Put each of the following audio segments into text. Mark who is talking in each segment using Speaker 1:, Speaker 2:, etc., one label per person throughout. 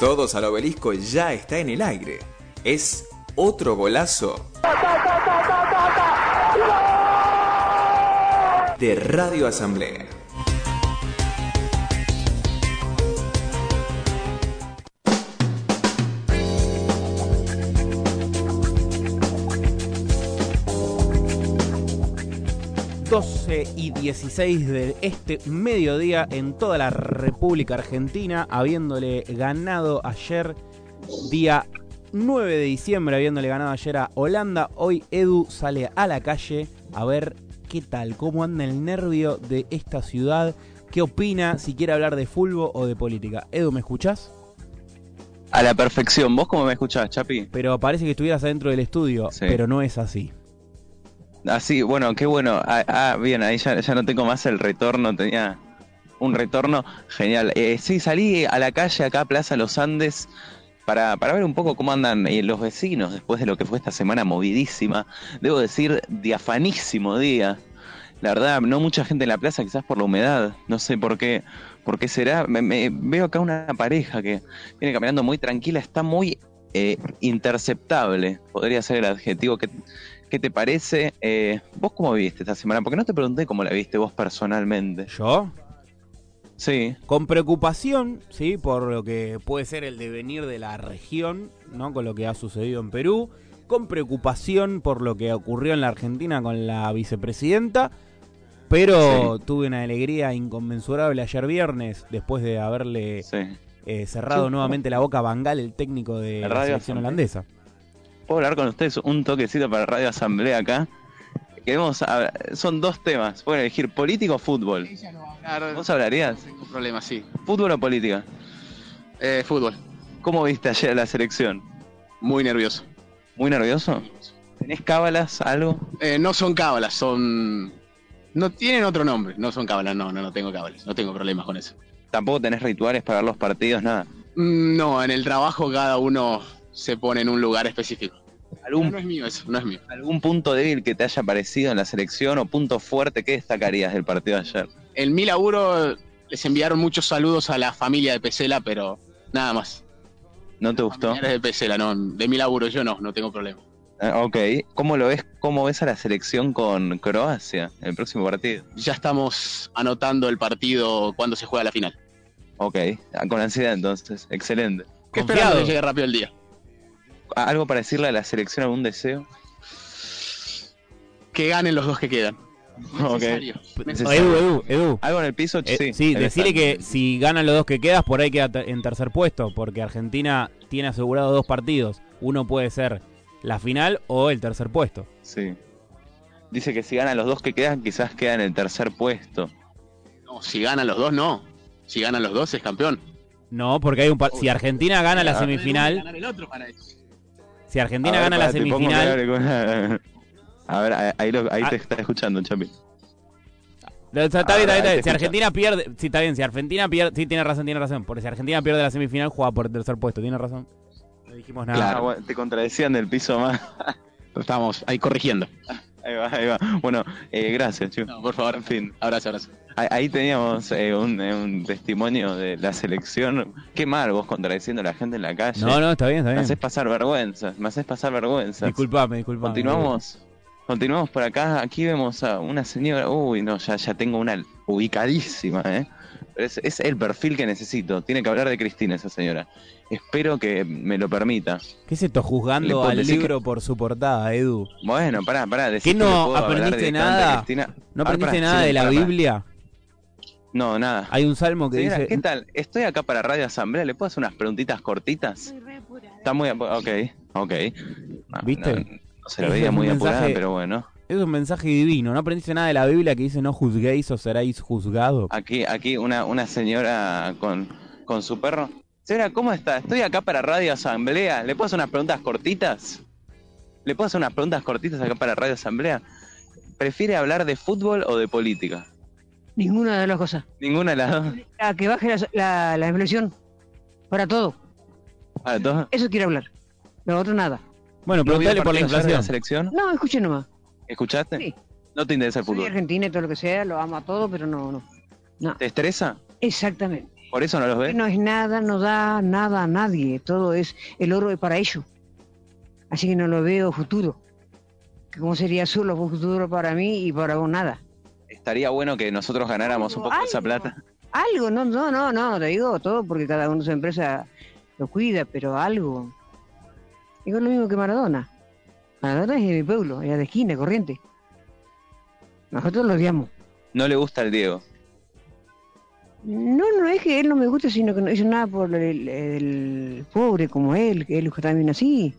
Speaker 1: Todos al obelisco ya está en el aire. Es otro golazo de Radio Asamblea.
Speaker 2: ...12 y 16 de este mediodía en toda la República Argentina, habiéndole ganado ayer, día 9 de diciembre, habiéndole ganado ayer a Holanda. Hoy Edu sale a la calle a ver qué tal, cómo anda el nervio de esta ciudad, qué opina, si quiere hablar de fulbo o de política. Edu, ¿me escuchás?
Speaker 3: A la perfección. ¿Vos cómo me escuchás, Chapi?
Speaker 2: Pero parece que estuvieras adentro del estudio,
Speaker 3: Sí.
Speaker 2: pero no es así.
Speaker 3: Así, bueno, qué bueno. Ah, ah, bien, ahí ya, ya no tengo más el retorno. Tenía un retorno genial. Eh, sí, salí a la calle acá, Plaza Los Andes, para, para ver un poco cómo andan eh, los vecinos después de lo que fue esta semana movidísima. Debo decir, diafanísimo día. La verdad, no mucha gente en la plaza, quizás por la humedad. No sé por qué, por qué será. Me- me- veo acá una pareja que viene caminando muy tranquila, está muy eh, interceptable, podría ser el adjetivo que ¿Qué te parece? Eh, ¿Vos cómo viste esta semana? Porque no te pregunté cómo la viste vos personalmente.
Speaker 2: ¿Yo?
Speaker 3: Sí,
Speaker 2: con preocupación, sí, por lo que puede ser el devenir de la región, ¿no? Con lo que ha sucedido en Perú, con preocupación por lo que ocurrió en la Argentina con la vicepresidenta, pero tuve una alegría inconmensurable ayer viernes después de haberle
Speaker 3: sí.
Speaker 2: eh, cerrado
Speaker 3: Sí.
Speaker 2: nuevamente la boca a Bangal, el técnico de
Speaker 3: La
Speaker 2: la,
Speaker 3: radio
Speaker 2: selección
Speaker 3: Asamblea.
Speaker 2: holandesa.
Speaker 3: Puedo hablar con ustedes un toquecito para Radio Asamblea acá. Queremos hablar- son dos temas. Pueden elegir político o fútbol.
Speaker 4: Claro,
Speaker 3: ¿Vos hablarías?
Speaker 4: ningún problema, sí.
Speaker 3: ¿Fútbol o política?
Speaker 4: Eh, fútbol,
Speaker 3: ¿Cómo viste ayer a la selección?
Speaker 4: muy nervioso.
Speaker 3: ¿Muy nervioso? ¿Tenés cábalas, algo?
Speaker 4: Eh, no son cábalas, son... No tienen otro nombre, no son cábalas, no, no, no tengo cábalas, no tengo problemas con eso.
Speaker 3: ¿Tampoco tenés rituales para ver los partidos? Nada.
Speaker 4: Mm, No, en el trabajo cada uno se pone en un lugar específico. No,
Speaker 3: ¿Algún,
Speaker 4: no es mío eso, no es mío.
Speaker 3: ¿Algún punto débil que te haya parecido en la selección o punto fuerte que destacarías del partido de ayer?
Speaker 4: En mi laburo les enviaron muchos saludos a la familia de Pesela, pero nada más.
Speaker 3: ¿No te gustó?
Speaker 4: Familiares de Pesela, no, de mi laburo yo no, no tengo problema.
Speaker 3: Ah, Ok, ¿cómo lo ves? ¿Cómo ves a la selección con Croacia en el próximo partido?
Speaker 4: Ya estamos anotando el partido cuando se juega la final.
Speaker 3: Ok, ah, con ansiedad entonces, excelente.
Speaker 4: Esperando
Speaker 2: Confiado.
Speaker 4: que llegue rápido el día.
Speaker 3: ¿A- ¿Algo para decirle a la selección, algún deseo?
Speaker 4: Que ganen los dos que quedan.
Speaker 3: Ok.
Speaker 4: Necesario.
Speaker 3: Necesario.
Speaker 2: Oh, Edu, Edu, Edu.
Speaker 3: ¿Algo en el piso?
Speaker 2: Eh, sí,
Speaker 3: el
Speaker 2: decirle
Speaker 3: estadio.
Speaker 2: que si ganan los dos que quedas, por ahí queda ter- en tercer puesto, porque Argentina tiene asegurado dos partidos. Uno puede ser la final o el tercer puesto.
Speaker 3: Sí. Dice que si ganan los dos que quedan, quizás queda en el tercer puesto.
Speaker 4: No, si ganan los dos, no. Si ganan los dos, es campeón.
Speaker 2: No, porque hay un par- si Argentina gana la
Speaker 3: Ah.
Speaker 2: semifinal,
Speaker 4: el otro para eso.
Speaker 2: si Argentina
Speaker 3: A ver,
Speaker 2: gana la
Speaker 3: pará, te pongo que
Speaker 2: semifinal,
Speaker 3: hable con- A ver, ahí- ahí, lo- ahí
Speaker 2: Ah.
Speaker 3: te está escuchando, Chapi.
Speaker 2: No, está, está bien, está bien, está
Speaker 3: Ahora,
Speaker 2: bien.
Speaker 3: ahí te
Speaker 2: si
Speaker 3: escucho.
Speaker 2: Argentina pierde, sí, está bien, si Argentina pierde, sí tiene razón, tiene razón, porque si Argentina pierde la semifinal juega por el tercer puesto, tiene razón. No dijimos nada.
Speaker 3: Ah, bueno, te contradecían del piso más.
Speaker 4: Estamos ahí corrigiendo.
Speaker 3: Ahí va, ahí va. Bueno, eh, gracias, Chu.
Speaker 4: No, por favor,
Speaker 3: En fin.
Speaker 4: Abrazo, abrazo.
Speaker 3: Ahí- Ahí teníamos eh, un, eh, un testimonio de la selección. Qué mal vos contradiciendo a la gente en la calle.
Speaker 2: No, eh. no, está bien,
Speaker 3: Me
Speaker 2: está
Speaker 3: haces
Speaker 2: bien.
Speaker 3: pasar vergüenza, me haces pasar vergüenza.
Speaker 2: Disculpame, disculpame.
Speaker 3: Continuamos. Continuamos por acá. Aquí vemos a una señora. Uy, no, ya, ya tengo una ubicadísima, ¿eh? Pero es, es el perfil que necesito. Tiene que hablar de Cristina, esa señora. Espero que me lo permita.
Speaker 2: ¿Qué es esto
Speaker 3: Le
Speaker 2: juzgando
Speaker 3: puedo
Speaker 2: al
Speaker 3: decir
Speaker 2: libro por su portada, Edu?
Speaker 3: Bueno, pará, pará. decís
Speaker 2: ¿Qué
Speaker 3: que
Speaker 2: no
Speaker 3: le puedo hablar
Speaker 2: aprendiste
Speaker 3: directamente a
Speaker 2: nada?
Speaker 3: Cristina.
Speaker 2: ¿No
Speaker 3: A ver,
Speaker 2: aprendiste
Speaker 3: pará,
Speaker 2: nada
Speaker 3: sí,
Speaker 2: de la
Speaker 3: pará, pará.
Speaker 2: Biblia?
Speaker 3: No, nada.
Speaker 2: Hay un salmo que
Speaker 3: Señora,
Speaker 2: dice.
Speaker 3: ¿qué tal? Estoy acá para Radio Asamblea. ¿Le puedo hacer unas preguntitas cortitas? Está muy apurada. Ok, ok. No,
Speaker 2: ¿Viste?
Speaker 3: No, no se la
Speaker 2: Ese
Speaker 3: veía
Speaker 2: es
Speaker 3: muy
Speaker 2: un
Speaker 3: apurada,
Speaker 2: mensaje-
Speaker 3: pero bueno.
Speaker 2: Es un mensaje divino. No aprendiste nada de la Biblia que dice no juzguéis o seréis juzgados.
Speaker 3: Aquí, aquí una, una señora con, con su perro. Señora, ¿cómo está? Estoy acá para Radio Asamblea. ¿Le puedo hacer unas preguntas cortitas? ¿Le puedo hacer unas preguntas cortitas acá para Radio Asamblea? ¿Prefiere hablar de fútbol o de política?
Speaker 5: Ninguna de las cosas.
Speaker 3: Ninguna de las dos.
Speaker 5: La que baje la, la, la inflación para todo.
Speaker 3: ¿A las Ah, dos?
Speaker 5: Eso quiero hablar. Lo otro nada.
Speaker 2: Bueno,
Speaker 3: ¿No vio
Speaker 2: preguntale
Speaker 3: el
Speaker 2: por la
Speaker 3: partido ayer de
Speaker 2: inflación.
Speaker 3: la selección?
Speaker 5: No, escuche nomás.
Speaker 3: ¿Escuchaste?
Speaker 5: Sí.
Speaker 3: No te interesa el
Speaker 5: Soy
Speaker 3: fútbol.
Speaker 5: argentina y todo lo que sea, lo amo a todo, pero no, no.
Speaker 3: ¿Te estresa?
Speaker 5: Exactamente.
Speaker 3: Por eso no los ve.
Speaker 5: No es nada, no da nada a nadie. Todo es el oro es para ellos. Así que no lo veo futuro. Que ¿Cómo sería solo futuro para mí y para vos nada?
Speaker 3: Estaría bueno que nosotros ganáramos un poco de esa plata.
Speaker 5: Algo, no, no, no, no, te digo todo porque cada uno su empresa lo cuida, pero algo. Digo lo mismo que Maradona. Maradona es de mi pueblo, allá de esquina, corriente. Nosotros lo odiamos.
Speaker 3: No le gusta al Diego.
Speaker 5: No, no es que él no me guste, sino que no hizo nada por el, el pobre como él, que él juega también así.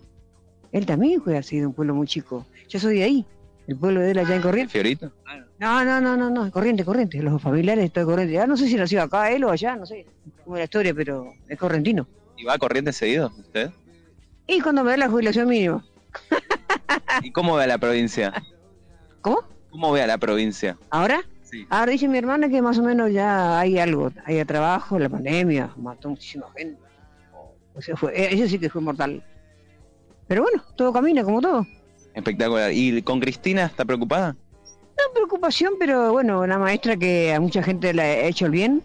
Speaker 5: Él también fue así de un pueblo muy chico. Yo soy de ahí, el pueblo de él allá en
Speaker 3: ¿El
Speaker 5: Corrientes.
Speaker 3: Fiorito?
Speaker 5: No, no, no, no, no, Corrientes, Corrientes, los familiares están de Corrientes. Ah, no sé si nació acá él o allá, no sé cómo es la historia, pero es correntino.
Speaker 3: ¿Y va a corriente seguido usted?
Speaker 5: Y cuando me da la jubilación mínima,
Speaker 3: ¿Y cómo ve a la provincia?
Speaker 5: ¿cómo?
Speaker 3: ¿Cómo ve a la provincia?
Speaker 5: ¿Ahora?
Speaker 3: Sí.
Speaker 5: Ahora dice mi hermana que más o menos ya hay algo, hay trabajo, la pandemia, mató muchísima gente. O sea, fue, eh, eso sí que fue mortal. Pero bueno, todo camina como todo.
Speaker 3: Espectacular. ¿Y con Cristina está preocupada?
Speaker 5: No preocupación, pero bueno, una maestra que a mucha gente le ha hecho el bien.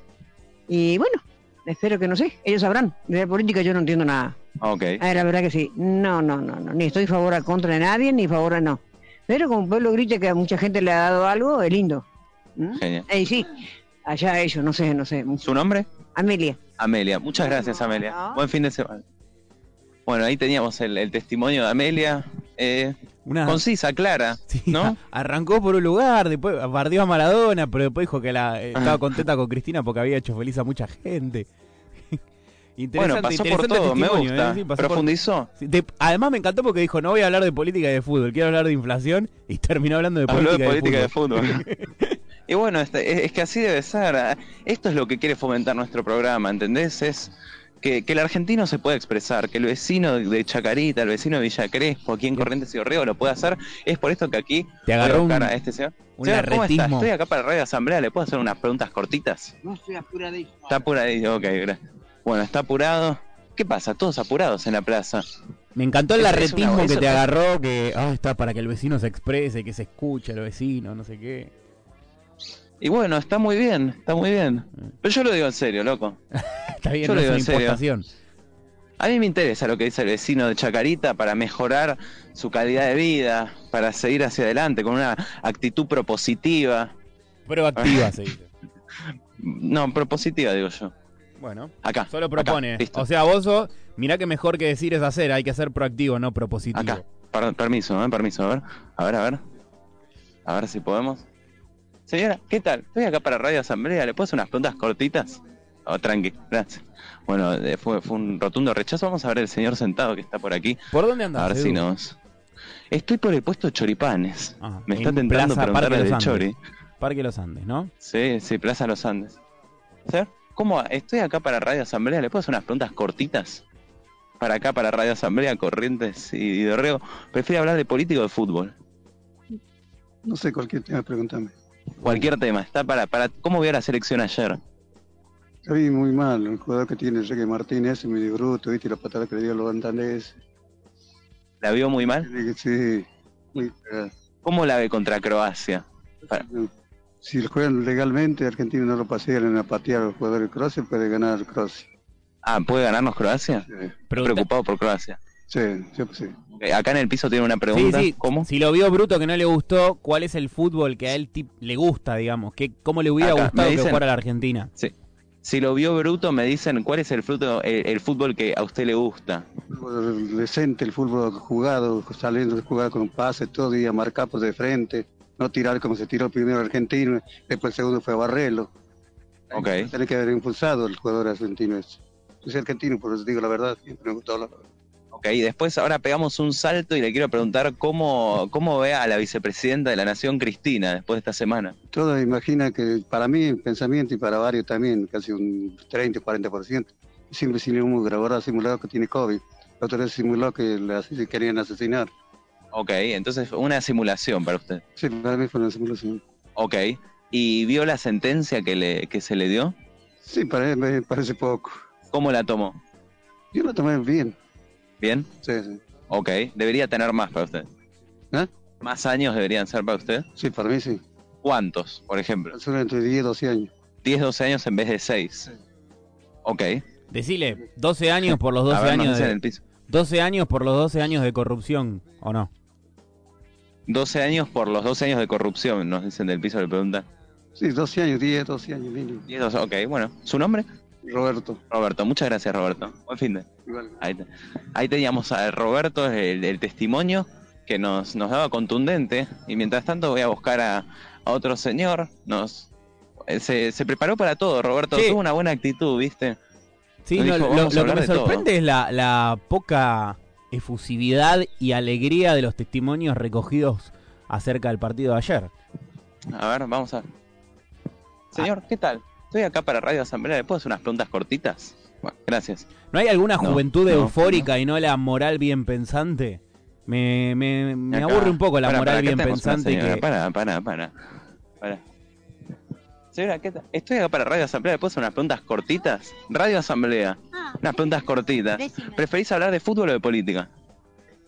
Speaker 5: Y bueno, espero que no sé, ellos sabrán. De la política yo no entiendo nada.
Speaker 3: Ok.
Speaker 5: Ah, la verdad que sí. No, no, no, no. Ni estoy favor a contra de nadie, ni favor a no. Pero como pueblo grita que a mucha gente le ha dado algo, es lindo. ¿Mm?
Speaker 3: Genial.
Speaker 5: Eh, sí, allá ellos, no sé, no sé.
Speaker 3: ¿Su nombre?
Speaker 5: Amelia.
Speaker 3: Amelia. Muchas gracias, Amelia. Buen fin de semana. Bueno, ahí teníamos el, el testimonio de Amelia. Eh,
Speaker 2: Una-
Speaker 3: concisa, clara.
Speaker 2: Ah. Sí,
Speaker 3: ¿No?
Speaker 2: a- arrancó por un lugar, después bardeó a Maradona, pero después dijo que la,
Speaker 3: Ah.
Speaker 2: eh, estaba contenta con Cristina porque había hecho feliz a mucha gente.
Speaker 3: Bueno,
Speaker 2: interesante,
Speaker 3: pasó por
Speaker 2: interesante
Speaker 3: todo, me
Speaker 2: testimonio,
Speaker 3: gusta.
Speaker 2: ¿eh? Sí, pasó por-
Speaker 3: Profundizó.
Speaker 2: Sí, de- además me encantó porque dijo, no voy a hablar de política y de fútbol, quiero hablar de inflación y terminó hablando de
Speaker 3: Habló de
Speaker 2: política,
Speaker 3: política
Speaker 2: y
Speaker 3: de
Speaker 2: de fútbol.
Speaker 3: fútbol. y bueno, este, es, es que así debe ser. Esto es lo que quiere fomentar nuestro programa, ¿entendés? Es que, que el argentino se pueda expresar, que el vecino de Chacarita, el vecino de Villa Crespo, aquí en Corrientes y Orrego lo puede hacer. Es por esto que aquí
Speaker 2: Te
Speaker 3: voy a
Speaker 2: agarró un,
Speaker 3: buscar a este señor.
Speaker 2: un
Speaker 3: Señor, ¿cómo está?
Speaker 2: larretismo.
Speaker 3: Estoy acá para Radio Asamblea, ¿le puedo hacer unas preguntas cortitas?
Speaker 5: No estoy apuradísimo.
Speaker 3: Está apurado, ok, gracias. Bueno, está apurado. ¿Qué pasa? Todos apurados en la plaza.
Speaker 2: Me encantó el
Speaker 3: Eso es
Speaker 2: larretismo
Speaker 3: una-
Speaker 2: que
Speaker 3: eso
Speaker 2: te
Speaker 3: es-
Speaker 2: agarró, que ah, está para que el vecino se exprese, que se escuche al vecino, no sé qué.
Speaker 3: Y bueno, está muy bien, está muy bien. Pero yo lo digo en serio, loco.
Speaker 2: Está bien, no
Speaker 3: Yo lo
Speaker 2: es
Speaker 3: digo
Speaker 2: una
Speaker 3: en serio.
Speaker 2: importación.
Speaker 3: A mí me interesa lo que dice el vecino de Chacarita para mejorar su calidad de vida, para seguir hacia adelante con una actitud propositiva.
Speaker 2: Proactiva se dice.
Speaker 3: No, propositiva digo yo.
Speaker 2: Bueno,
Speaker 3: Acá.
Speaker 2: solo
Speaker 3: acá,
Speaker 2: propone.
Speaker 3: listo.
Speaker 2: o sea, vos sos, mirá que mejor que decir es hacer, hay que ser proactivo, no propositivo.
Speaker 3: Acá. Perdón, permiso, ¿eh? permiso. A ver, a ver, a ver. A ver si podemos. Señora, ¿qué tal? Estoy acá para Radio Asamblea. ¿Le puedo hacer unas preguntas cortitas? Oh, tranqui, gracias. Bueno, eh, fue, fue un rotundo rechazo. Vamos a ver el señor sentado que está por aquí.
Speaker 2: ¿Por dónde andas?
Speaker 3: A ver si nos. Estoy por el puesto de choripanes.
Speaker 2: Ah,
Speaker 3: Me está
Speaker 2: en
Speaker 3: tentando
Speaker 2: Plaza Parque
Speaker 3: preguntarle
Speaker 2: Los
Speaker 3: de
Speaker 2: Andes.
Speaker 3: chori.
Speaker 2: Parque Los Andes, ¿no?
Speaker 3: Sí, sí, Plaza Los Andes. Señor, ¿cómo va? Estoy acá para Radio Asamblea. ¿Le puedo hacer unas preguntas cortitas? Para acá, para Radio Asamblea, Corrientes y, y Dorrego. Prefiero hablar de político o de fútbol.
Speaker 6: No sé cualquier tema, pregúntame.
Speaker 3: Cualquier tema. Está para, para ¿Cómo vio la selección ayer?
Speaker 6: La vi muy mal, el jugador que tiene Enrique Martínez, medio bruto, viste la patada que le dio a los andalés.
Speaker 3: ¿La vio muy mal?
Speaker 6: Sí, muy cagada.
Speaker 3: ¿Cómo la ve contra Croacia? Para-
Speaker 6: Si juegan legalmente, Argentina no lo pasean a patear a los jugadores de Croacia, puede ganar Croacia.
Speaker 3: Ah, ¿puede ganarnos Croacia?
Speaker 6: Sí,
Speaker 2: Pregunta-
Speaker 3: Preocupado por Croacia.
Speaker 6: sí, sí, sí.
Speaker 3: Ok, Acá en el piso tiene una pregunta.
Speaker 2: Sí, sí.
Speaker 3: ¿Cómo?
Speaker 2: Si lo vio Bruto que no le gustó, ¿cuál es el fútbol que a él tip- le gusta, digamos? ¿Qué, ¿Cómo le hubiera
Speaker 3: Acá,
Speaker 2: gustado
Speaker 3: me
Speaker 2: que
Speaker 3: dicen-
Speaker 2: jugara la Argentina?
Speaker 3: Si lo vio Bruto, me dicen cuál es el, fruto, el, el fútbol que a usted le gusta.
Speaker 6: Fútbol decente, el fútbol jugado, saliendo de jugar con pases todo día, marcar por de frente, no tirar como se tiró primero Argentina, después el segundo fue Barrelo.
Speaker 3: Ok.
Speaker 6: Tiene que haber impulsado el jugador argentino ese. Yo soy argentino, por eso digo la verdad, siempre me gustó la
Speaker 3: Ok, y después ahora pegamos un salto y le quiero preguntar cómo, cómo ve a la vicepresidenta de la Nación, Cristina, después de esta semana.
Speaker 6: Todo imagina que para mí, el pensamiento y para varios también, casi un 30, 40%. Siempre simulado, ahora simulado que tiene COVID. La otra vez simuló que la ases- querían asesinar.
Speaker 3: Ok, entonces una simulación para usted.
Speaker 6: Sí, para mí fue una simulación.
Speaker 3: Ok, ¿y vio la sentencia que, le, que se le dio?
Speaker 6: Sí, para mí me parece poco.
Speaker 3: ¿Cómo la tomó?
Speaker 6: Yo lo tomé bien.
Speaker 3: ¿Bien?
Speaker 6: Sí, sí.
Speaker 3: Ok, debería tener más para usted.
Speaker 6: ¿Eh?
Speaker 3: ¿Más años deberían ser para usted?
Speaker 6: Sí, para mí sí.
Speaker 3: ¿Cuántos, por ejemplo?
Speaker 6: Son entre 10 y 12 años.
Speaker 3: 10, 12 años en vez de 6. Ok.
Speaker 2: Decile, 12 años por los 12
Speaker 3: A ver, nos
Speaker 2: años.
Speaker 3: dicen
Speaker 2: De,
Speaker 3: el piso.
Speaker 2: 12 años por los 12 años de corrupción, ¿o no?
Speaker 3: 12 años por los 12 años de corrupción, nos dicen del piso, le preguntan.
Speaker 7: Sí, 12 años, 10, 12 años mínimo.
Speaker 3: Y eso, ok, bueno. ¿Su nombre?
Speaker 7: Roberto.
Speaker 3: Roberto. Muchas gracias, Roberto. Buen fin de.
Speaker 7: Igual.
Speaker 3: Ahí, te- ahí teníamos a Roberto, el, el testimonio que nos, nos daba contundente. Y mientras tanto voy a buscar a, a otro señor. Nos eh, se, se preparó para todo, Roberto.
Speaker 2: Sí.
Speaker 3: Tuvo una buena actitud, ¿viste?
Speaker 2: Sí,
Speaker 3: Lo
Speaker 2: no,
Speaker 3: dijo,
Speaker 2: lo,
Speaker 3: vamos a
Speaker 2: lo que
Speaker 3: hablar
Speaker 2: me
Speaker 3: de todo.
Speaker 2: sorprende es la, la poca efusividad y alegría de los testimonios recogidos acerca del partido de ayer.
Speaker 3: A ver, vamos a... Señor, ¿qué tal? Estoy acá para Radio Asamblea. ¿Le puedo hacer unas preguntas cortitas? Bueno, gracias.
Speaker 2: ¿No hay alguna
Speaker 3: No,
Speaker 2: juventud
Speaker 3: no,
Speaker 2: eufórica y no la moral bien pensante? Me, me, me aburre un poco la moral bien pensante que...
Speaker 3: Para, para, para. para. Señora, ¿qué tal? Estoy acá para Radio Asamblea. ¿Le puedo hacer unas preguntas cortitas? Radio Asamblea.
Speaker 8: Ah,
Speaker 3: Unas preguntas cortitas.
Speaker 8: decime.
Speaker 3: ¿Preferís hablar de fútbol o de política?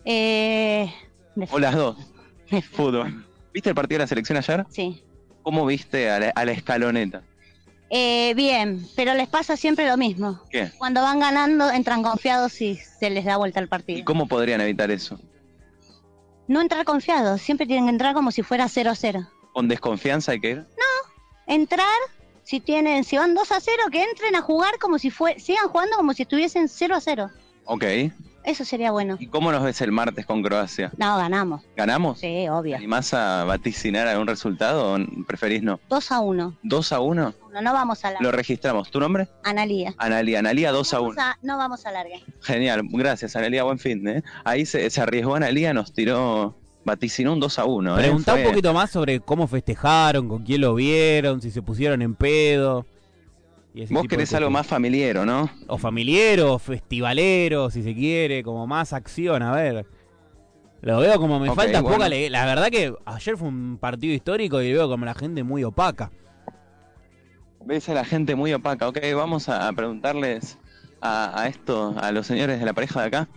Speaker 8: Eh, de
Speaker 3: O las dos. Fútbol. ¿Viste el partido de la selección ayer?
Speaker 8: Sí.
Speaker 3: ¿Cómo viste a la, a la escaloneta?
Speaker 8: Eh, bien, pero les pasa siempre lo mismo.
Speaker 3: ¿Qué?
Speaker 8: Cuando van ganando, entran confiados y se les da vuelta el
Speaker 3: ¿Y
Speaker 8: partido.
Speaker 3: cómo podrían evitar eso?
Speaker 8: No entrar confiados, siempre tienen que entrar como si fuera 0-0.
Speaker 3: ¿Con desconfianza hay que ir?
Speaker 8: Entrar, si tienen, si van 2 a 0, que entren a jugar como si fue, sigan jugando como si estuviesen 0 a 0.
Speaker 3: Ok.
Speaker 8: Eso sería bueno.
Speaker 3: ¿Y cómo nos ves el martes con Croacia?
Speaker 8: No, ganamos.
Speaker 3: ¿Ganamos?
Speaker 8: Sí,
Speaker 3: ¿Te
Speaker 8: obvio.
Speaker 3: animás a vaticinar algún resultado o n- preferís no?
Speaker 8: 2 a 1.
Speaker 3: ¿2 a 1?
Speaker 8: No, no vamos a la
Speaker 3: Lo registramos. ¿Tu nombre?
Speaker 8: analía.
Speaker 3: Analia. Analia 2 a
Speaker 8: No
Speaker 3: 1.
Speaker 8: vamos a- no vamos a larga.
Speaker 3: Genial, gracias Analia, buen fin. ¿eh? Ahí se, se arriesgó Analia, nos tiró, vaticinó un 2 a 1. ¿eh?
Speaker 2: Preguntá un
Speaker 3: Fue-
Speaker 2: poquito más sobre cómo festejaron, con quién lo vieron, si se pusieron en pedo. y ese tipo
Speaker 3: Vos
Speaker 2: de
Speaker 3: querés algo
Speaker 2: cuestiones.
Speaker 3: más familiero, ¿no?
Speaker 2: O familiar, o festivalero, si se quiere, como más acción, a ver. Lo veo como me
Speaker 3: Ok,
Speaker 2: falta
Speaker 3: bueno.
Speaker 2: poca ale- La verdad que ayer fue un partido histórico y veo como la gente muy opaca.
Speaker 3: Ves a la gente muy opaca. Ok, vamos a, a preguntarles a, a esto, a los señores de la pareja de acá.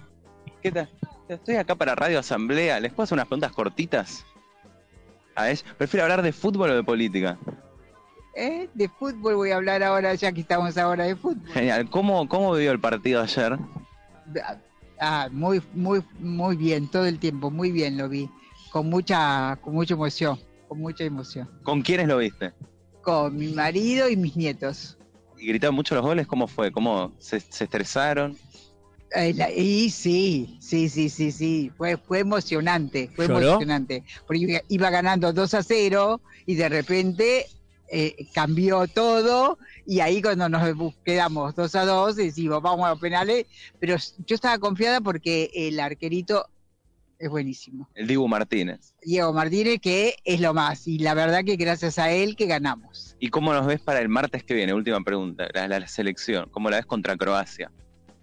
Speaker 3: ¿Qué tal? Estoy acá para Radio Asamblea. ¿Les puedo hacer unas preguntas cortitas? A ver, prefiero hablar de fútbol o de política.
Speaker 9: ¿Eh? De fútbol voy a hablar ahora, ya que estamos ahora de fútbol.
Speaker 3: Genial. ¿Cómo, cómo vivió el partido ayer?
Speaker 9: Ah, muy, muy, muy bien, todo el tiempo, muy bien lo vi. Con mucha, con mucha emoción, con mucha emoción.
Speaker 3: ¿Con quiénes lo viste?
Speaker 9: Con mi marido y mis nietos.
Speaker 3: ¿Y gritaron mucho los goles? ¿Cómo fue? ¿Cómo se, se estresaron?
Speaker 9: Eh, la- Y sí, sí, sí, sí, sí, fue, fue emocionante, fue
Speaker 2: ¿Lloró?
Speaker 9: emocionante. Porque iba- iba ganando 2 a 0 y de repente eh, cambió todo y ahí cuando nos bu- quedamos 2 a 2 decimos vamos a los penales, pero s- yo estaba confiada porque el arquerito es buenísimo.
Speaker 3: El Dibu Martínez.
Speaker 9: Diego Martínez que es lo más y la verdad que gracias a él que ganamos.
Speaker 3: ¿Y cómo nos ves para el martes que viene? Última pregunta, la, la- la selección. ¿Cómo la ves contra Croacia?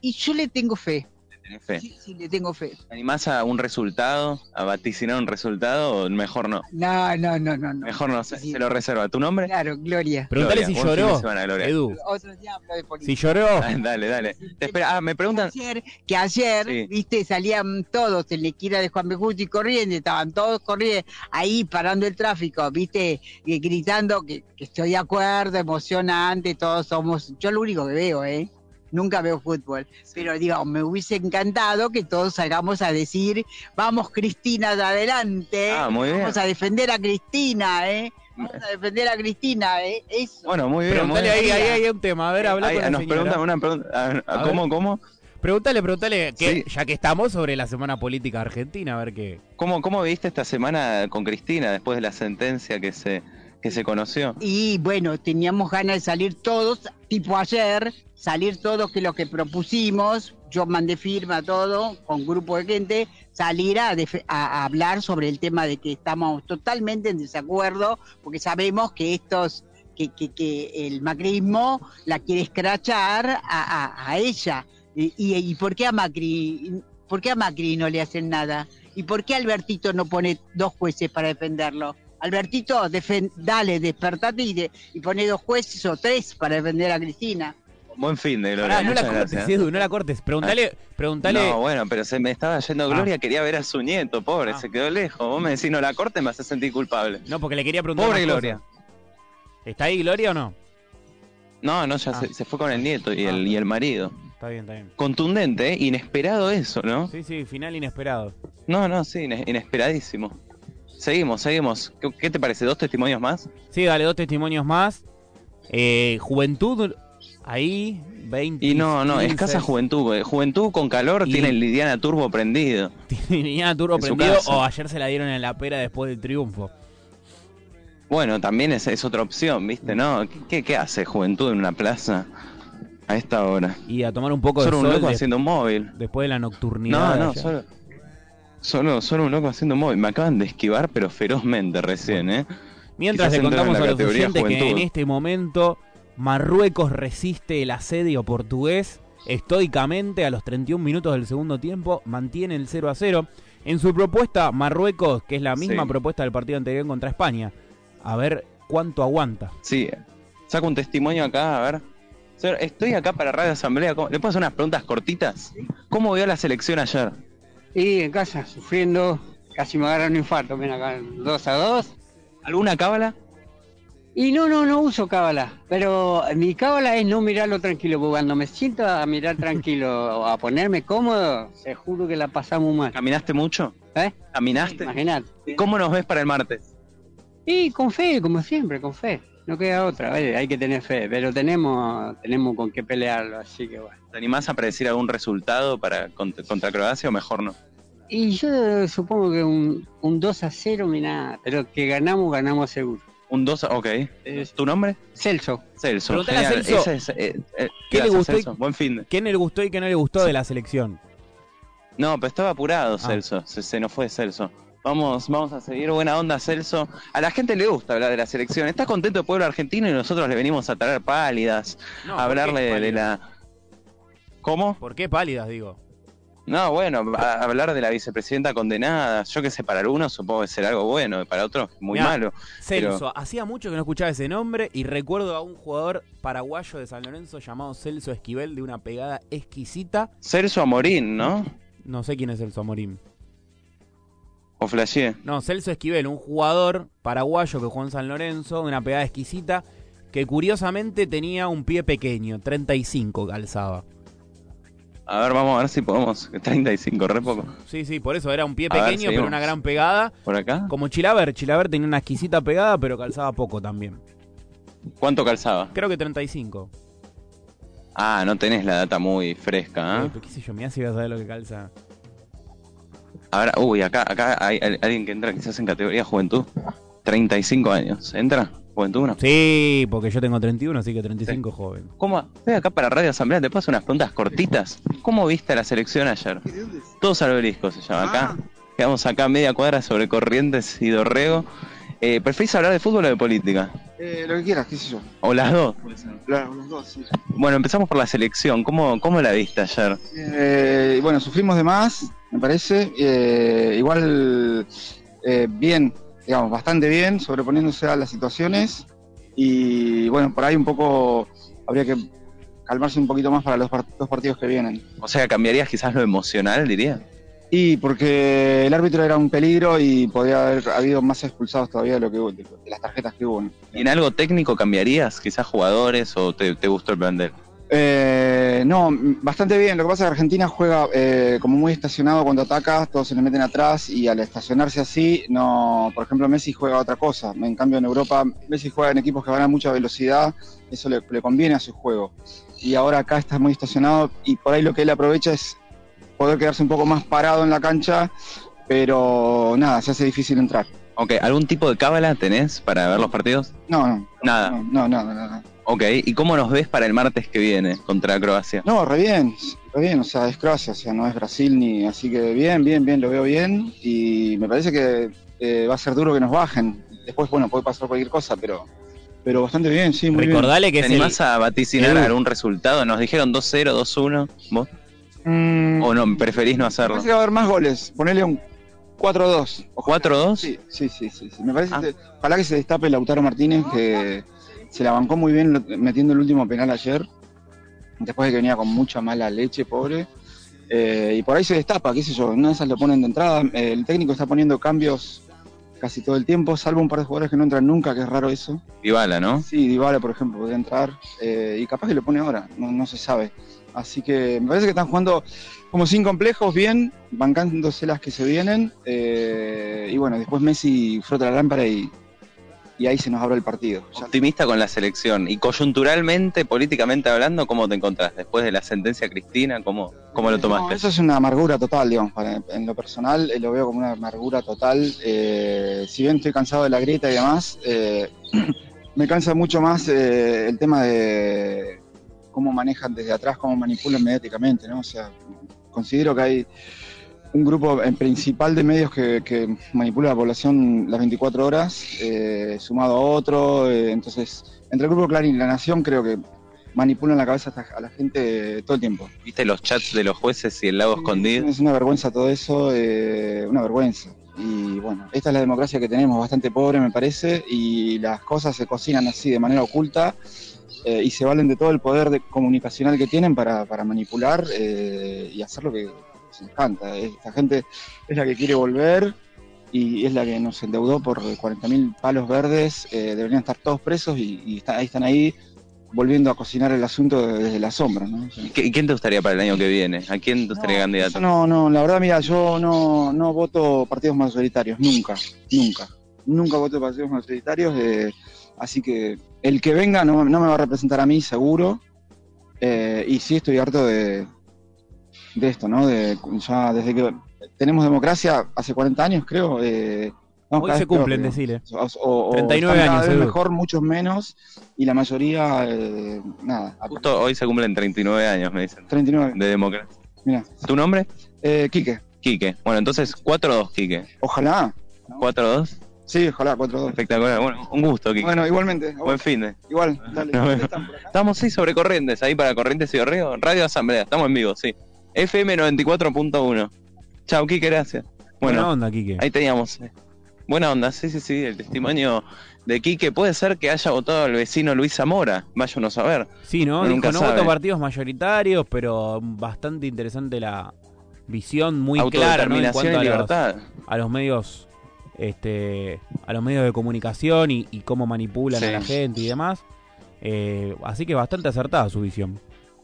Speaker 9: Y yo le tengo fe,
Speaker 3: ¿Tenés fe?
Speaker 9: sí, sí, le tengo fe.
Speaker 3: ¿Te animás a un resultado? ¿A vaticinar un resultado? ¿O mejor no?
Speaker 9: No, no, no, no, no.
Speaker 3: Mejor no, se,
Speaker 9: Sí.
Speaker 3: se lo reserva. ¿Tu nombre?
Speaker 9: Claro, Gloria.
Speaker 2: Preguntale
Speaker 3: Gloria.
Speaker 2: si
Speaker 3: Buen fin de
Speaker 2: lloró,
Speaker 3: semana, Gloria.
Speaker 2: Edu.
Speaker 9: Otro día hablo de política.
Speaker 2: Si lloró.
Speaker 3: Ah, dale, dale. Te espera. Ah, me
Speaker 9: que
Speaker 3: preguntan.
Speaker 9: ayer, que ayer,
Speaker 3: Sí.
Speaker 9: viste, salían todos en la esquina de Juan Bejuti corriendo, estaban todos corriendo, ahí parando el tráfico, viste, y gritando que, que estoy de acuerdo, emocionante, todos somos, yo lo único que veo, ¿eh? Nunca veo fútbol, pero digo, me hubiese encantado que todos salgamos a decir, vamos Cristina de adelante,
Speaker 3: Ah, muy bien.
Speaker 9: vamos a defender a Cristina, ¿eh? Vamos a defender a Cristina, ¿eh? Eso.
Speaker 3: Bueno, muy bien. muy
Speaker 2: Preguntale ahí,
Speaker 3: bien.
Speaker 2: ahí hay un tema. A ver, habla
Speaker 3: Ahí
Speaker 2: con la
Speaker 3: nos
Speaker 2: señora.
Speaker 3: preguntan una pregunta. ah,
Speaker 2: A ver.
Speaker 3: ¿Cómo, cómo?
Speaker 2: Preguntale, preguntale, que,
Speaker 3: Sí.
Speaker 2: ya que estamos sobre la semana política argentina, a ver qué.
Speaker 3: ¿Cómo, cómo viviste esta semana con Cristina después de la sentencia que se, que se conoció?
Speaker 9: Y bueno, teníamos ganas de salir todos, tipo ayer, salir todos que lo que propusimos, yo mandé firma todo con grupo de gente, salir a, def- a- a hablar sobre el tema de que estamos totalmente en desacuerdo, porque sabemos que estos, que, que- que el macrismo la quiere escrachar a, a- a ella. Y, y- y por qué a Macri, por qué a Macri no le hacen nada? ¿Y por qué Albertito no pone dos jueces para defenderlo? Albertito, defen- dale, despertate y, de- y pone dos jueces o tres para defender a Cristina.
Speaker 3: Buen fin de Gloria.
Speaker 2: Pará, no la
Speaker 3: muchas
Speaker 2: cortes,
Speaker 3: gracias. Ah.
Speaker 2: Edu, no la cortes. Preguntale, preguntale.
Speaker 3: No, bueno, pero se me estaba yendo Gloria, quería ver a su nieto, pobre,
Speaker 2: Ah.
Speaker 3: se quedó lejos. Vos me decís, no la corte, me hace sentir culpable.
Speaker 2: No, porque le quería preguntar.
Speaker 3: Pobre
Speaker 2: más
Speaker 3: Gloria.
Speaker 2: cosas. ¿Está ahí Gloria o no?
Speaker 3: No, no, ya
Speaker 2: Ah.
Speaker 3: se, se fue con el nieto y,
Speaker 2: Ah.
Speaker 3: el, y el marido.
Speaker 2: Está bien, está bien.
Speaker 3: Contundente, ¿eh? Inesperado eso, ¿no?
Speaker 2: Sí, sí, final inesperado.
Speaker 3: No, no, sí, ine- inesperadísimo. Seguimos, seguimos. ¿Qué, qué te parece? ¿Dos testimonios más?
Speaker 2: Sí, dale dos testimonios más. Eh, juventud, ahí, 20.
Speaker 3: Y no, no, escasa
Speaker 2: 15.
Speaker 3: juventud. porque Juventud con calor
Speaker 2: Y-
Speaker 3: tiene el Lidiana Turbo prendido.
Speaker 2: Tenía turbo
Speaker 3: En su
Speaker 2: prendido
Speaker 3: casa.
Speaker 2: o ayer se la dieron en la pera después del triunfo.
Speaker 3: Bueno, también es, es otra opción, ¿viste? ¿No? ¿Qué- ¿Qué, qué hace juventud en una plaza a esta hora?
Speaker 2: Y a tomar un poco de
Speaker 3: Solo un
Speaker 2: sol
Speaker 3: loco
Speaker 2: de-
Speaker 3: haciendo un móvil.
Speaker 2: después de la nocturnidad.
Speaker 3: No,
Speaker 2: de
Speaker 3: no,
Speaker 2: ayer.
Speaker 3: solo, solo, solo un loco haciendo un móvil. Me acaban de esquivar, pero ferozmente recién, ¿eh?
Speaker 2: Mientras
Speaker 3: Quizás
Speaker 2: le
Speaker 3: entra en
Speaker 2: contamos
Speaker 3: la
Speaker 2: a los
Speaker 3: categoría
Speaker 2: oyentes que en
Speaker 3: juventud.
Speaker 2: este momento Marruecos resiste el asedio portugués estoicamente a los 31 minutos del segundo tiempo, mantiene el 0 a 0. En su propuesta, Marruecos, que es la misma
Speaker 3: Sí.
Speaker 2: propuesta del partido anterior contra España, a ver cuánto aguanta.
Speaker 3: Sí. Saco un testimonio acá, a ver. Señor, estoy acá para Radio Asamblea. ¿Cómo- ¿Le puedo hacer unas preguntas cortitas? ¿Cómo vio la selección ayer?
Speaker 10: Y en casa, sufriendo, casi me agarran un infarto, ven acá, 2 a 2.
Speaker 3: ¿Alguna cábala?
Speaker 10: Y no, no, no uso cábala, pero mi cábala es no mirarlo tranquilo, porque cuando me siento a mirar tranquilo, o a ponerme cómodo, se juro que la pasamos mal.
Speaker 3: ¿Caminaste mucho?
Speaker 10: ¿Eh?
Speaker 3: ¿Caminaste?
Speaker 10: Imagínate.
Speaker 3: ¿Cómo nos ves para el martes?
Speaker 10: Y con fe, como siempre, con fe. No queda otra, oye, hay que tener fe, pero tenemos, tenemos con qué pelearlo, así que bueno.
Speaker 3: ¿Te animás a predecir algún resultado para cont- contra Croacia o mejor no?
Speaker 10: Y yo supongo que un, un 2 a 0, mira, pero que ganamos, ganamos seguro.
Speaker 3: Un 2, ok.
Speaker 10: Es-
Speaker 3: ¿Tu nombre?
Speaker 10: Celso,
Speaker 3: Celso.
Speaker 2: Preguntale a
Speaker 3: genial.
Speaker 2: Celso.
Speaker 3: Ese es, eh, eh,
Speaker 2: ¿Qué le
Speaker 3: gracias,
Speaker 2: gustó y-
Speaker 3: Celso. Buen fin. de-
Speaker 2: ¿Qué le gustó y qué no le gustó de la selección?
Speaker 3: No, pero estaba
Speaker 10: Ah.
Speaker 3: apurado Celso, se, se nos fue Celso. Vamos, vamos a seguir buena onda Celso. A la gente le gusta hablar de la selección. Está contento el pueblo argentino y nosotros le venimos a traer pálidas, a hablarle de, de la... ¿Cómo?
Speaker 2: ¿Por qué pálidas, digo?
Speaker 3: No, bueno, a- a hablar de la vicepresidenta condenada. Yo qué sé, para algunos supongo que será algo bueno, y para otros muy
Speaker 2: Mirá,
Speaker 3: malo.
Speaker 2: Celso,
Speaker 3: Pero-
Speaker 2: hacía mucho que no escuchaba ese nombre y recuerdo a un jugador paraguayo de San Lorenzo llamado Celso Esquivel de una pegada exquisita.
Speaker 3: Celso Amorín, ¿no?
Speaker 2: No sé quién es Celso Amorim.
Speaker 3: O flasheé.
Speaker 2: No, Celso Esquivel, un jugador paraguayo que jugó en San Lorenzo, de una pegada exquisita, que curiosamente tenía un pie pequeño, 35 calzaba.
Speaker 3: A ver, vamos a ver si podemos. 35, re poco.
Speaker 2: Sí, sí, por eso era un pie
Speaker 3: A ver,
Speaker 2: pequeño, pero
Speaker 3: seguimos.
Speaker 2: una gran pegada.
Speaker 3: ¿Por acá?
Speaker 2: Como Chilaver, Chilaver tenía una exquisita pegada, pero calzaba poco también.
Speaker 3: ¿Cuánto calzaba?
Speaker 2: Creo que 35.
Speaker 3: Ah, no tenés la data muy fresca, ¿eh?
Speaker 2: Eh, pero ¿Qué sé yo? Mirá si vas a saber lo que calza.
Speaker 3: Ahora, uy, acá, acá hay al- alguien que entra quizás en categoría juventud. 35 años. ¿Entra? Juventud 1.
Speaker 2: Sí, porque yo tengo 31, así que 35 joven.
Speaker 3: ¿Cómo? Estoy acá para Radio Asamblea, te paso unas preguntas cortitas. ¿Cómo viste a la selección ayer? Todos al obelisco se llama
Speaker 6: Ah.
Speaker 3: acá. Quedamos acá media cuadra sobre Corrientes y Dorrego. Eh, ¿Preferís hablar de fútbol o de política?
Speaker 6: Eh, lo que quieras, qué sé yo.
Speaker 3: O las dos.
Speaker 6: Claro, los dos, sí.
Speaker 3: Bueno, empezamos por la selección. ¿Cómo, cómo la viste ayer?
Speaker 6: Eh, bueno, sufrimos de más, me parece. Eh, igual, eh, bien, digamos, bastante bien, sobreponiéndose a las situaciones. Y bueno, por ahí un poco habría que calmarse un poquito más para los par- dos partidos que vienen.
Speaker 3: O sea, ¿cambiarías quizás lo emocional, diría?
Speaker 6: Y porque el árbitro era un peligro y podría haber habido más expulsados todavía de, lo que, hubo, de, de las tarjetas que hubo. ¿no?
Speaker 3: ¿Y en algo técnico cambiarías? Quizás jugadores o te, te gustó el plantel.
Speaker 6: Eh, no, m- bastante bien. Lo que pasa es que Argentina juega eh, como muy estacionado cuando ataca, todos se le meten atrás y al estacionarse así, no, por ejemplo, Messi juega otra cosa. En cambio, en Europa, Messi juega en equipos que van a mucha velocidad, eso le, le conviene a su juego. Y ahora acá está muy estacionado y por ahí lo que él aprovecha es poder quedarse un poco más parado en la cancha, pero nada, se hace difícil entrar.
Speaker 3: Ok, ¿algún tipo de cábala tenés para ver los partidos?
Speaker 6: No, no,
Speaker 3: Nada.
Speaker 6: no, no, no, no. no.
Speaker 3: Ok, ¿y cómo nos ves para el martes que viene contra Croacia?
Speaker 6: No, re bien, re bien, o sea, es Croacia, o sea, no es Brasil ni. Así que bien, bien, bien, lo veo bien. Y me parece que eh, va a ser duro que nos bajen. Después, bueno, puede pasar cualquier cosa, pero pero bastante bien, sí, muy
Speaker 2: Recordale que es
Speaker 3: ¿Te
Speaker 2: el,
Speaker 3: animás a vaticinar
Speaker 2: el-
Speaker 3: algún resultado? Nos dijeron 2-0, 2-1. ¿Vos?
Speaker 6: bien. Mm,
Speaker 3: ¿O no? ¿Preferís no
Speaker 6: me
Speaker 3: hacerlo?
Speaker 6: parece que va a haber más goles, ponele un 4-2. Ojalá.
Speaker 3: 4-2.
Speaker 6: Sí, sí, sí, sí, sí, Me parece
Speaker 3: Ah.
Speaker 6: que, ojalá que se destape Lautaro Martínez, que se la bancó muy bien lo- metiendo el último penal ayer, después de que venía con mucha mala leche, pobre. Eh, y por ahí se destapa, qué sé yo, no esas lo ponen de entrada. Eh, el técnico está poniendo cambios casi todo el tiempo, salvo un par de jugadores que no entran nunca, que es raro eso.
Speaker 3: Dybala, ¿no?
Speaker 6: Sí, Dybala, por ejemplo, podría entrar eh, y capaz que lo pone ahora, no, no se sabe. Así que me parece que están jugando como sin complejos, bien, bancándose las que se vienen. eh, y bueno, después Messi frota la lámpara y, y ahí se nos abre el partido. Ya-
Speaker 3: Optimista con la selección. Y coyunturalmente, políticamente hablando, ¿cómo te encontrás? Después de la sentencia Cristina, ¿cómo, cómo lo
Speaker 6: No,
Speaker 3: tomaste?
Speaker 6: eso es una amargura total, digamos, para- en lo personal eh, lo veo como una amargura total. eh, si bien estoy cansado de la grieta y demás, eh, me cansa mucho más eh, el tema de cómo manejan desde atrás, cómo manipulan mediáticamente, ¿no? O sea, considero que hay un grupo eh, principal de medios que, que manipula a la población las 24 horas, eh, sumado a otro, eh, entonces, entre el grupo Clarín y La Nación creo que manipulan la cabeza a la gente todo el tiempo.
Speaker 3: ¿Viste los chats de los jueces y el lago escondido?
Speaker 6: Es una vergüenza todo eso, eh, una vergüenza. Y bueno, esta es la democracia que tenemos, bastante pobre me parece, y las cosas se cocinan así de manera oculta eh, y se valen de todo el poder de- comunicacional que tienen para, para manipular eh, y hacer lo que se les canta. Esta gente es la que quiere volver y es la que nos endeudó por 40.000 palos verdes, eh, deberían estar todos presos y, y está- ahí están ahí volviendo a cocinar el asunto desde la sombra. ¿no?
Speaker 3: ¿Y qué- y quién te gustaría para el año que viene? ¿A quién te gustaría candidato?
Speaker 6: Yo no, no, la verdad, mira, yo no, no voto partidos mayoritarios, nunca, nunca. Nunca voto partidos mayoritarios, eh, así que el que venga no, no me va a representar a mí, seguro. Eh, y sí estoy harto de, de esto, ¿no? De, ya desde que tenemos democracia, hace 40 años creo. eh, vamos
Speaker 2: Hoy
Speaker 6: cada
Speaker 2: se
Speaker 6: vez peor,
Speaker 2: cumplen,
Speaker 6: digamos.
Speaker 2: decile.
Speaker 6: O-
Speaker 3: Oh,
Speaker 6: o- o
Speaker 2: 39
Speaker 6: están cada
Speaker 2: años, ¿eh?
Speaker 6: vez
Speaker 2: Edu.
Speaker 6: mejor, muchos menos, y la mayoría, eh, nada,
Speaker 3: Ah, Justo hoy se cumplen 39 años, me dicen.
Speaker 6: 39.
Speaker 3: De democracia.
Speaker 6: mira.
Speaker 3: ¿Tu nombre?
Speaker 6: Eh, Quique.
Speaker 3: Quique. Bueno, entonces 4-2, Quique.
Speaker 6: Ojalá.
Speaker 3: 4-2.
Speaker 6: Sí, ojalá, 4-2.
Speaker 3: Espectacular. Bueno, un gusto, Quique.
Speaker 6: Bueno, igualmente.
Speaker 3: Buen fin de.
Speaker 6: Igual, dale.
Speaker 3: Nos vemos. Estamos, sí, sobre Corrientes, ahí para Corrientes y Orreo. Radio Asamblea, estamos en vivo, sí. FM 94.1. Chau, Quique, gracias. Bueno,
Speaker 2: Buena onda, Quique.
Speaker 3: Ahí teníamos. eh, Buena onda, sí, sí, sí. El testimonio de Quique puede ser que haya votado al vecino Luis Zamora. Vaya uno a saber.
Speaker 2: Sí, ¿no?
Speaker 3: Uno
Speaker 2: Dijo,
Speaker 3: nunca
Speaker 2: no
Speaker 3: sabe.
Speaker 2: voto partidos mayoritarios, pero bastante interesante la visión muy clara, ¿no? En
Speaker 3: Autodeterminación
Speaker 2: cuanto
Speaker 3: y
Speaker 2: a los-
Speaker 3: libertad.
Speaker 2: a los medios, este, a los medios de comunicación y, y cómo manipulan
Speaker 3: Sí.
Speaker 2: a la gente y demás. Eh, así que bastante acertada su visión,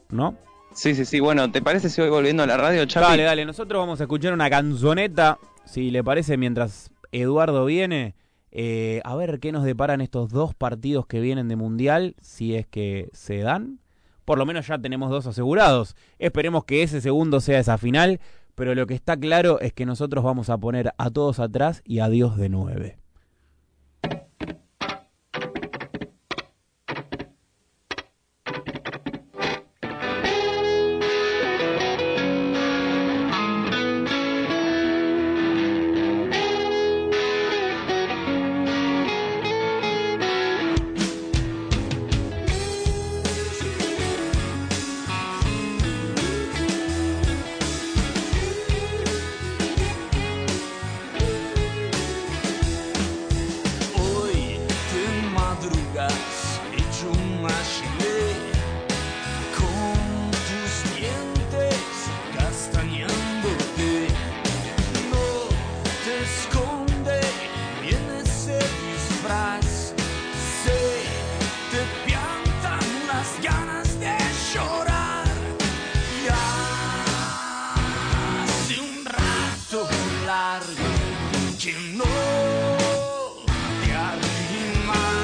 Speaker 2: ¿no?
Speaker 3: Sí, sí, sí. Bueno, ¿te parece si voy volviendo a la radio, Chapi?
Speaker 2: Dale, dale, nosotros vamos a escuchar una canzoneta, si le parece, mientras Eduardo viene. Eh, a ver qué nos deparan estos dos partidos que vienen de Mundial, si es que se dan. Por lo menos ya tenemos dos asegurados. Esperemos que ese segundo sea esa final, pero lo que está claro es que nosotros vamos a poner a todos atrás y a Dios de nueve.
Speaker 11: Hoy te madrugas hecho un machilé con tus dientes castañándote. No te esconde viene ese disfraz. Se te piantan las ganas de llorar. Y hace un rato largo que no te arrimas.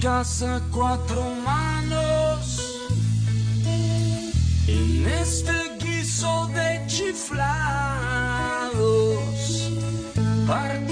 Speaker 9: casa cuatro manos en este guiso de chiflados. Par-